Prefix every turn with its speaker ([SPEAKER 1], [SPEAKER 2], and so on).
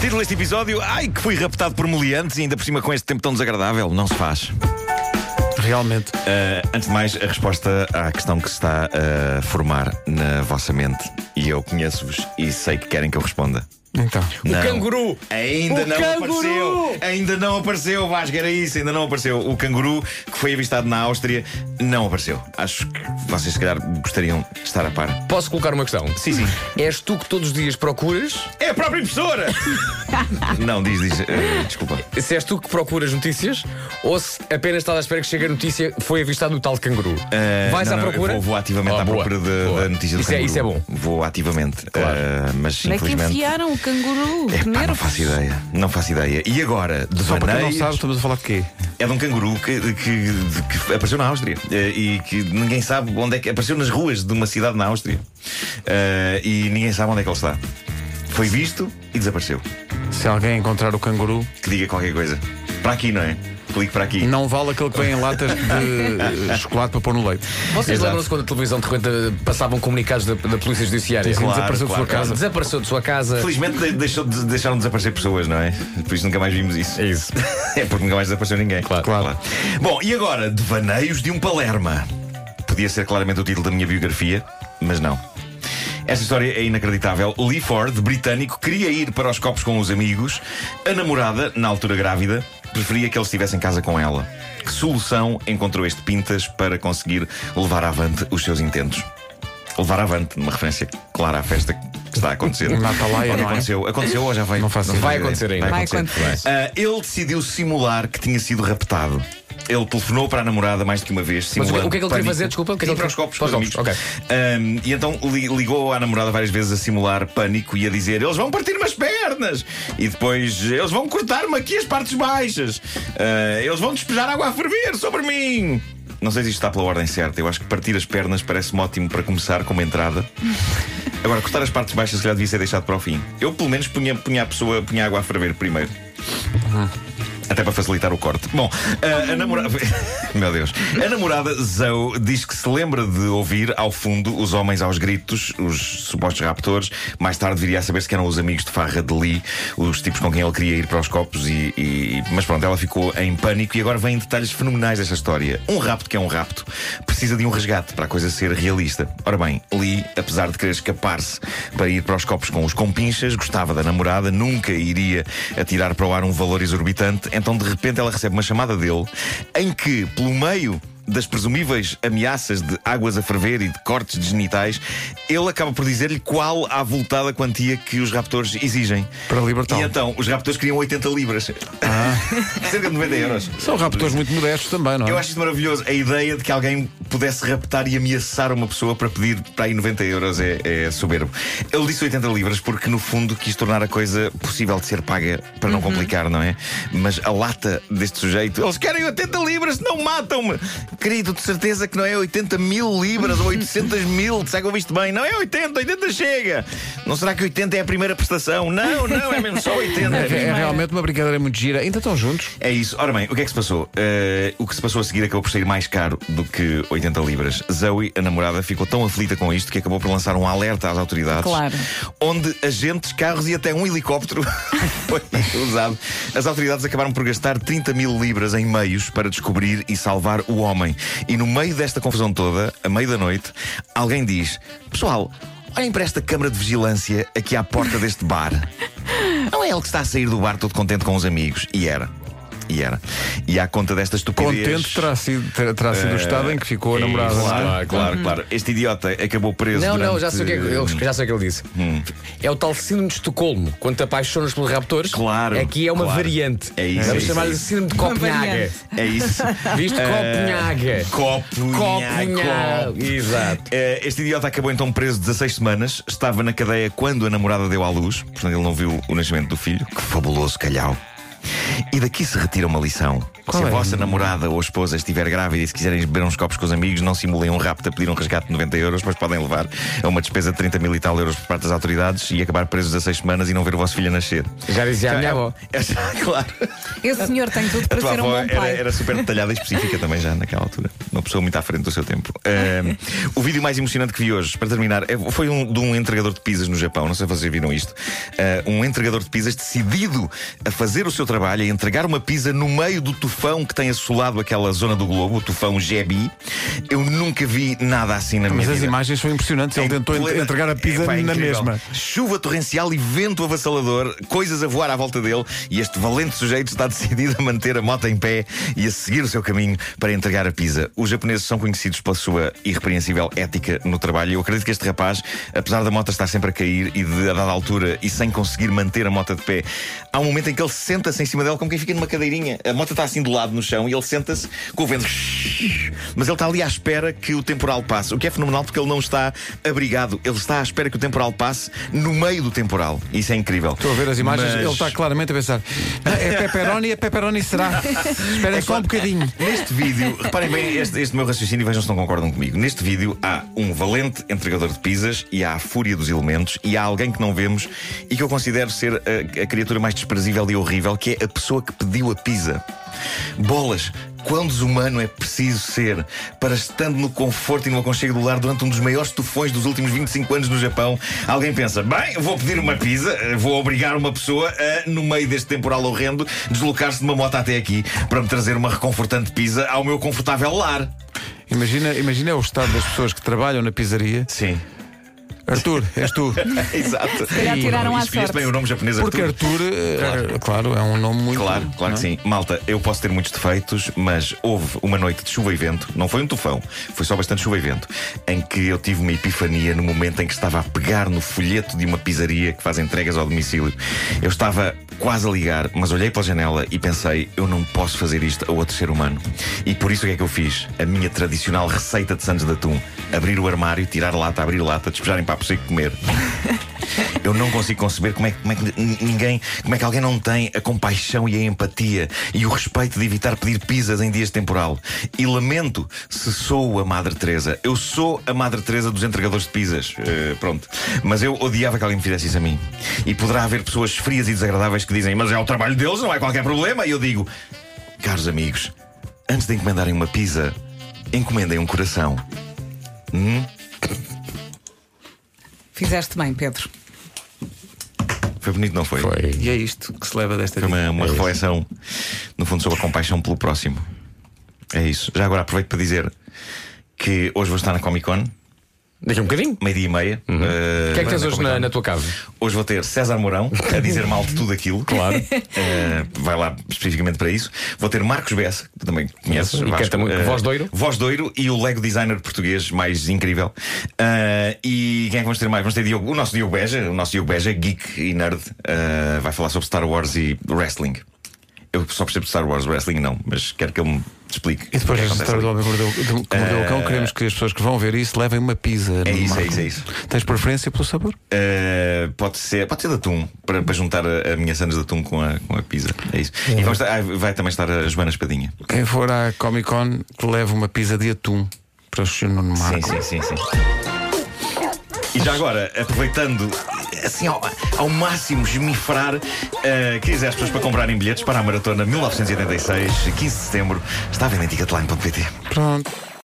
[SPEAKER 1] Título deste episódio: Ai, que fui raptado por meliantes e ainda por cima com este tempo tão desagradável. Não se faz.
[SPEAKER 2] Realmente.
[SPEAKER 1] Ah, antes de mais, a resposta à questão que se está a formar na vossa mente. E eu conheço-vos e sei que querem que eu responda.
[SPEAKER 2] Então.
[SPEAKER 1] Não.
[SPEAKER 3] canguru.
[SPEAKER 1] Ainda
[SPEAKER 3] O
[SPEAKER 1] não
[SPEAKER 3] canguru.
[SPEAKER 1] apareceu! Ainda não apareceu, Vasco, era isso, ainda não apareceu. O canguru que foi avistado na Áustria não apareceu. Acho que vocês, se calhar, gostariam de estar a par.
[SPEAKER 3] Posso colocar uma questão?
[SPEAKER 1] Sim, sim.
[SPEAKER 3] És tu que todos os dias procuras?
[SPEAKER 1] É a própria impressora! não, diz, diz. eh, desculpa.
[SPEAKER 3] Se és tu que procuras notícias? Ou se apenas estás à espera que chegue a notícia foi avistado o tal canguru?
[SPEAKER 1] Eh,
[SPEAKER 3] Vais
[SPEAKER 1] não,
[SPEAKER 3] à
[SPEAKER 1] não, eu
[SPEAKER 3] procura?
[SPEAKER 1] Vou, vou ativamente
[SPEAKER 3] Ah,
[SPEAKER 1] à
[SPEAKER 3] boa,
[SPEAKER 1] procura de-
[SPEAKER 3] boa.
[SPEAKER 1] da notícia do
[SPEAKER 3] isso é,
[SPEAKER 1] canguru.
[SPEAKER 3] isso é bom.
[SPEAKER 1] Vou ativamente.
[SPEAKER 3] Claro.
[SPEAKER 1] eh, mas
[SPEAKER 4] Onde é que
[SPEAKER 1] infelizmente.
[SPEAKER 4] enfiaram o canguru?
[SPEAKER 1] Epá,
[SPEAKER 4] Que
[SPEAKER 1] não
[SPEAKER 4] nervos.
[SPEAKER 1] faço ideia, não faço ideia. E agora, de
[SPEAKER 2] Só para quem não
[SPEAKER 1] maneiras,
[SPEAKER 2] sabe, estamos a falar de quê?
[SPEAKER 1] é de um canguru que, que- que- que apareceu na Áustria eh, e que ninguém sabe onde é que apareceu nas ruas de uma cidade na Áustria Eh, e ninguém sabe onde é que ele está. Foi visto e desapareceu.
[SPEAKER 2] Se alguém encontrar o canguru,
[SPEAKER 1] Que diga qualquer coisa. Para aqui, não é? Clique para aqui.
[SPEAKER 2] não vale aquele que vem em latas de eh, chocolate para pôr no leite.
[SPEAKER 3] Vocês
[SPEAKER 1] Exato.
[SPEAKER 3] lembram-se quando a televisão de repente passavam comunicados da, da Polícia Judiciária?
[SPEAKER 1] Claro,
[SPEAKER 2] desapareceu de
[SPEAKER 1] claro,
[SPEAKER 2] sua casa.
[SPEAKER 3] Desapareceu de sua casa.
[SPEAKER 1] Felizmente de- deixou de, deixaram de desaparecer pessoas, não é? Por isso nunca mais vimos isso.
[SPEAKER 3] É isso.
[SPEAKER 1] É porque nunca mais desapareceu ninguém.
[SPEAKER 3] Claro.
[SPEAKER 2] Claro.
[SPEAKER 1] Bom, e agora? Devaneios de um Palerma. Podia ser claramente o título da minha biografia, mas não. Esta história é inacreditável. Lee Ford, britânico, queria ir para os copos com os amigos. A namorada, na altura grávida, preferia que ele estivesse em casa com ela. Que solução encontrou este Pintas para conseguir levar avante os seus intentos? Levar avante, numa referência clara à festa que está a acontecer.
[SPEAKER 2] Na Atalaia,
[SPEAKER 1] Onde
[SPEAKER 2] não é?
[SPEAKER 1] aconteceu? Aconteceu ou já vai?
[SPEAKER 2] Não faço ideia.
[SPEAKER 3] Vai acontecer ainda.
[SPEAKER 4] Vai acontecer.
[SPEAKER 1] Ah, ele decidiu simular que tinha sido raptado. Ele telefonou para a namorada mais do que uma vez.
[SPEAKER 3] Mas o que-
[SPEAKER 1] simulando
[SPEAKER 3] o que é que ele queria
[SPEAKER 1] pânico.
[SPEAKER 3] fazer? Desculpa, o que é que
[SPEAKER 1] Ir
[SPEAKER 3] ele
[SPEAKER 1] para os
[SPEAKER 3] queria-
[SPEAKER 1] copos com os
[SPEAKER 3] para os
[SPEAKER 1] amigos.
[SPEAKER 3] copos,
[SPEAKER 1] Ahm, e então li- ligou à namorada várias vezes a simular pânico e a dizer: Eles vão partir-me as pernas! E depois, eles vão cortar-me aqui as partes baixas! Ah, eles vão despejar água a ferver sobre mim! Não sei se isto está pela ordem certa. Eu acho que partir as pernas parece-me ótimo para começar como entrada. Agora, cortar as partes baixas se calhar devia ser deixado para o fim. Eu, pelo menos, punha, punha a pessoa, punha a água a ferver primeiro. Até para facilitar o corte. Bom, a, a namorada. Meu Deus. A namorada Zoe diz que se lembra de ouvir ao fundo os homens aos gritos, os supostos raptores. Mais tarde viria a saber-se que eram os amigos de farra de Lee, os tipos com quem ele queria ir para os copos. E, e- Mas pronto, ela ficou em pânico e agora vêm detalhes fenomenais desta história. Um rapto que é um rapto precisa de um resgate para a coisa ser realista. Ora bem, Lee, apesar de querer escapar-se para ir para os copos com os compinchas, gostava da namorada, nunca iria atirar para o ar um valor exorbitante, então de repente ela recebe uma chamada dele em que, pelo meio das presumíveis ameaças de águas a ferver e de cortes de genitais, ele acaba por dizer-lhe qual a avultada quantia que os raptores exigem.
[SPEAKER 2] Para libertá-lo. Ah.
[SPEAKER 1] E então, os raptores queriam 80 libras. Cerca de 90 euros.
[SPEAKER 2] São raptores muito modestos também, não é?
[SPEAKER 1] Eu acho isto maravilhoso. A ideia de que alguém pudesse raptar e ameaçar uma pessoa para pedir para aí 90 euros é, é soberbo. Ele disse 80 libras porque, no fundo, quis tornar a coisa possível de ser paga para
[SPEAKER 2] Uhum.
[SPEAKER 1] não complicar, não é? Mas a lata deste sujeito, eles querem 80 libras, não matam-me! Querido, de certeza que não é 80 mil libras ou 800 mil, se é que ouviste bem. Não é 80, 80 chega! Não será que 80 é a primeira prestação? Não, não, é mesmo só 80.
[SPEAKER 2] É, é realmente uma brincadeira muito gira. Ainda estão juntos?
[SPEAKER 1] É isso. Ora bem, o que é que se passou? Eh, o que se passou a seguir acabou por sair mais caro do que 80 libras. Zoe, a namorada, ficou tão aflita com isto que acabou por lançar um alerta às autoridades.
[SPEAKER 4] Claro.
[SPEAKER 1] Onde agentes, carros e até um helicóptero foi usado. As autoridades acabaram por gastar 30 mil libras em meios para descobrir e salvar o homem. E no meio desta confusão toda, a meio da noite, alguém diz: Pessoal, olhem para esta câmara de vigilância aqui à porta deste bar. Não é ele que está a sair do bar todo contente com os amigos. E era. E era. E à conta desta estupidez.
[SPEAKER 2] Contente terá sido, ter- terá
[SPEAKER 1] Eh,
[SPEAKER 2] sido o estado em que ficou a namorada. não é?
[SPEAKER 1] Claro, claro, claro. Este idiota acabou preso.
[SPEAKER 3] Uhum. Não,
[SPEAKER 1] durante-
[SPEAKER 3] não,
[SPEAKER 1] Hum.
[SPEAKER 3] já sei o que é que, eu já sei o que ele disse. É o tal síndrome de Estocolmo, quando te apaixonas pelos raptores.
[SPEAKER 1] Claro,
[SPEAKER 3] Aqui é uma
[SPEAKER 1] claro.
[SPEAKER 3] variante.
[SPEAKER 1] É isso, é
[SPEAKER 3] Vamos
[SPEAKER 1] isso, é
[SPEAKER 3] chamar-lhe
[SPEAKER 1] isso.
[SPEAKER 3] síndrome de
[SPEAKER 4] Uma
[SPEAKER 3] Copenhaga.
[SPEAKER 4] variante.
[SPEAKER 1] É isso.
[SPEAKER 3] Viste?
[SPEAKER 1] É.
[SPEAKER 3] Copenhaga.
[SPEAKER 1] Copo.
[SPEAKER 3] Copenhaga. Exato.
[SPEAKER 1] Eh, Este idiota acabou então preso 16 semanas. Estava na cadeia quando a namorada deu à luz. Portanto, ele não viu o nascimento do filho. Que fabuloso calhau. E daqui se retira uma lição.
[SPEAKER 2] Qual
[SPEAKER 1] se a
[SPEAKER 2] é?
[SPEAKER 1] vossa namorada ou esposa estiver grávida e se quiserem beber uns copos com os amigos, não simulem um rapto a pedir um resgate de 90 euros, mas podem levar a uma despesa de 30 mil e tal euros por parte das autoridades e acabar presos a 6 semanas e não ver o vosso filho a nascer.
[SPEAKER 3] Já dizia a minha avó.
[SPEAKER 1] É, claro.
[SPEAKER 4] Esse senhor tem tudo
[SPEAKER 1] A
[SPEAKER 4] para
[SPEAKER 1] tua
[SPEAKER 4] ser um
[SPEAKER 1] avó
[SPEAKER 4] bom
[SPEAKER 1] era,
[SPEAKER 4] pai.
[SPEAKER 1] era super detalhada e específica também já naquela altura. Uma pessoa muito à frente do seu tempo. Ahm, o vídeo mais emocionante que vi hoje, para terminar, é- foi um, de um entregador de pizzas no Japão. Não sei se vocês viram isto. Ah, um entregador de pizzas decidido a fazer o seu trabalho, a entregar uma pizza no meio do tufão que tem assolado aquela zona do globo, o tufão Jebi. Eu nunca vi nada assim na minha
[SPEAKER 2] Mas
[SPEAKER 1] vida.
[SPEAKER 2] as imagens são impressionantes. Ele
[SPEAKER 1] Em
[SPEAKER 2] tentou en-
[SPEAKER 1] plena-
[SPEAKER 2] entregar a pizza
[SPEAKER 1] Epá,
[SPEAKER 2] na
[SPEAKER 1] É, incrível.
[SPEAKER 2] mesma.
[SPEAKER 1] Chuva torrencial e vento avassalador, coisas a voar à volta dele, e este valente sujeito está decidido a manter a moto em pé e a seguir o seu caminho para entregar a pizza. Os japoneses são conhecidos pela sua irrepreensível ética no trabalho. Eu acredito que este rapaz, apesar da moto estar sempre a cair e de a dada altura e sem conseguir manter a moto de pé, há um momento em que ele senta-se em cima dela como quem fica numa cadeirinha. A moto está assim do lado no chão e ele senta-se com o vento. Mas ele está ali à espera que o temporal passe, o que é fenomenal porque ele não está abrigado, ele está à espera que o temporal passe no meio do temporal. Isso é incrível.
[SPEAKER 2] Estou a ver as imagens,
[SPEAKER 1] Mas-
[SPEAKER 2] ele está claramente a pensar. "Ah, É pepperoni, é pepperoni será. Espera
[SPEAKER 1] É
[SPEAKER 2] só um bocadinho.
[SPEAKER 1] Neste vídeo, reparem bem este, este meu raciocínio e vejam se não concordam comigo. Neste vídeo há um valente entregador de pizzas e há a fúria dos elementos e há alguém que não vemos e que eu considero ser a, a criatura mais desprezível e horrível, que é a pessoa que pediu a pizza. Bolas, quão desumano é preciso ser para, estando no conforto e no aconchego do lar durante um dos maiores tufões dos últimos 25 anos no Japão, alguém pensa: bem, vou pedir uma pizza, eh, vou obrigar uma pessoa a, no meio deste temporal horrendo, deslocar-se de uma moto até aqui para me trazer uma reconfortante pizza ao meu confortável lar.
[SPEAKER 2] Imagina, imagina o estado das pessoas que trabalham na pizzaria.
[SPEAKER 1] Sim.
[SPEAKER 2] Arthur, és tu.
[SPEAKER 1] Exato.
[SPEAKER 4] Se calhar tiraram à
[SPEAKER 1] Escolheste
[SPEAKER 4] sorte.
[SPEAKER 1] bem o nome japonês
[SPEAKER 2] Porque
[SPEAKER 1] Arthur.
[SPEAKER 2] Arthur, eh, claro. é um nome muito.
[SPEAKER 1] Claro, claro que sim. Malta, eu posso ter muitos defeitos, mas houve uma noite de chuva e vento, não foi um tufão, foi só bastante chuva e vento, em que eu tive uma epifania no momento em que estava a pegar no folheto de uma pizzaria que faz entregas ao domicílio. Eu estava quase a ligar, mas olhei pela janela e pensei, eu não posso fazer isto a outro ser humano. E por isso o que é que eu fiz? A minha tradicional receita de Santos de Atum: abrir o armário, tirar lata, abrir lata, despejar em papo seco e comer. Eu não consigo conceber como é, como é que n- ninguém, como é que alguém não tem a compaixão e a empatia e o respeito de evitar pedir pizzas em dias de temporal. E lamento se sou a Madre Teresa. Eu sou a Madre Teresa dos entregadores de pizzas. Eh, pronto. Mas eu odiava que alguém me fizesse isso a mim. E poderá haver pessoas frias e desagradáveis que dizem, mas é o trabalho deles, não é qualquer problema. E eu digo, caros amigos, antes de encomendarem uma pizza, encomendem um coração.
[SPEAKER 4] Fizeste bem, Pedro.
[SPEAKER 1] Foi bonito, não foi?
[SPEAKER 2] E é isto que se leva desta
[SPEAKER 1] Foi uma, uma
[SPEAKER 2] É isso.
[SPEAKER 1] reflexão, no fundo, sobre a compaixão pelo próximo. É isso. Já agora aproveito para dizer que hoje vou estar na Comic Con,
[SPEAKER 3] Daqui a um bocadinho.
[SPEAKER 1] meio-dia e meia.
[SPEAKER 2] Uhum.
[SPEAKER 1] Eh,
[SPEAKER 3] O que é que tens
[SPEAKER 1] na
[SPEAKER 3] hoje
[SPEAKER 1] Comic
[SPEAKER 3] na,
[SPEAKER 1] Con.
[SPEAKER 3] na tua casa?
[SPEAKER 1] Hoje vou ter César Mourão a dizer mal de tudo aquilo.
[SPEAKER 3] Claro.
[SPEAKER 1] Eh, vai lá especificamente para isso. Vou ter Marcos Bessa, que também conheces.
[SPEAKER 3] E canta muito.
[SPEAKER 1] Eh,
[SPEAKER 3] Voz de Ouro.
[SPEAKER 1] Voz doiro e o Lego designer português mais incrível. Ah, e quem é que vamos ter mais? Vamos ter Diogo- o nosso Diogo Beja, o nosso Diogo Beja, geek e nerd, ah, vai falar sobre Star Wars e wrestling. Eu só percebo Star Wars wrestling, não, mas quero que ele me explique.
[SPEAKER 2] E depois
[SPEAKER 1] o que é
[SPEAKER 2] da
[SPEAKER 1] que
[SPEAKER 2] história do
[SPEAKER 1] acontece Eh,
[SPEAKER 2] homem que mordeu, do- que mordeu o cão, queremos que as pessoas que vão ver isso levem uma pizza.
[SPEAKER 1] É
[SPEAKER 2] no
[SPEAKER 1] isso, é
[SPEAKER 2] marco.
[SPEAKER 1] isso, é isso.
[SPEAKER 2] Tens preferência pelo sabor?
[SPEAKER 1] ali. Ah, pode, ser, pode ser de atum, para, para juntar a, a minha Sandes de atum com a, com a pizza. É isso. E vamos estar- ah, vai também estar a Joana Espadinha.
[SPEAKER 2] Quem for à Comic Con, que leve uma pizza de atum para o Sr. Nuno Marco.
[SPEAKER 1] Sim, sim, sim, sim. E já agora, aproveitando assim ao, ao máximo esmifrar, eh, queria dizer às pessoas para comprarem bilhetes para a maratona 1986, 15 de setembro, está à venda em ticketline.pt.
[SPEAKER 2] Pronto.